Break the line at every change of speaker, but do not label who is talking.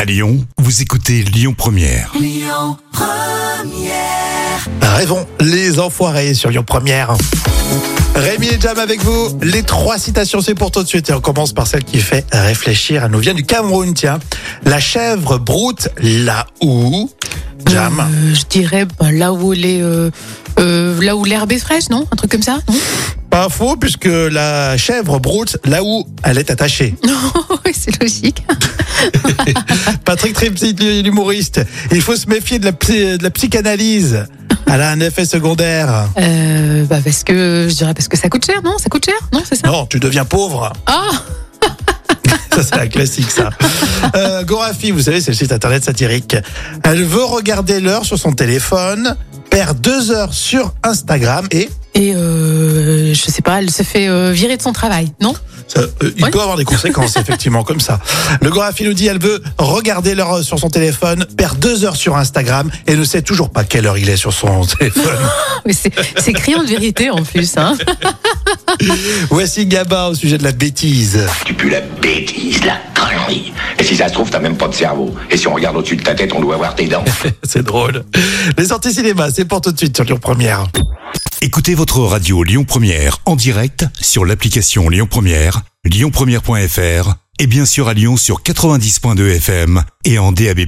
À Lyon, vous écoutez Lyon Première.
Rêvons les enfoirés sur Lyon Première. Rémi et Jam avec vous. Les trois citations, c'est pour tout de suite. Et on commence par celle qui fait réfléchir. Elle nous vient du Cameroun, tiens. La chèvre broute là où Jam.
Euh, je dirais ben, là où les, euh, euh, là où l'herbe est fraîche, non Un truc comme ça, non
Pas faux, puisque la chèvre broute là où elle est attachée.
Non, c'est logique.
Patrick Tripsit, l'humoriste. Il faut se méfier de la, psy- de la psychanalyse. Elle a un effet secondaire.
Euh, bah, parce que je dirais parce que ça coûte cher, non Ça coûte cher, non C'est ça
Non, tu deviens pauvre.
Ah
Ça, c'est un classique, ça. Euh, Gorafi, vous savez, c'est le site internet satirique. Elle veut regarder l'heure sur son téléphone, perd deux heures sur Instagram et
Et euh, je sais pas, elle se fait euh, virer de son travail, non
ça, euh, il
Ouais.
peut avoir des conséquences, effectivement, comme ça. Le Gorafi nous dit elle veut regarder l'heure euh, sur son téléphone, perd deux heures sur Instagram et ne sait toujours pas quelle heure il est sur son téléphone.
Mais c'est c'est criant de vérité en plus. Hein
Voici Gaba au sujet de la bêtise.
Tu pues la bêtise, la connerie. Et si ça se trouve, t'as même pas de cerveau. Et si on regarde au-dessus de ta tête, on doit voir tes dents.
C'est drôle. Les sorties cinéma, c'est pour tout de suite sur Lyon Première.
Écoutez votre radio Lyon Première en direct sur l'application Lyon Première, lyonpremière.fr et bien sûr à Lyon sur 90.2 FM et en DAB+.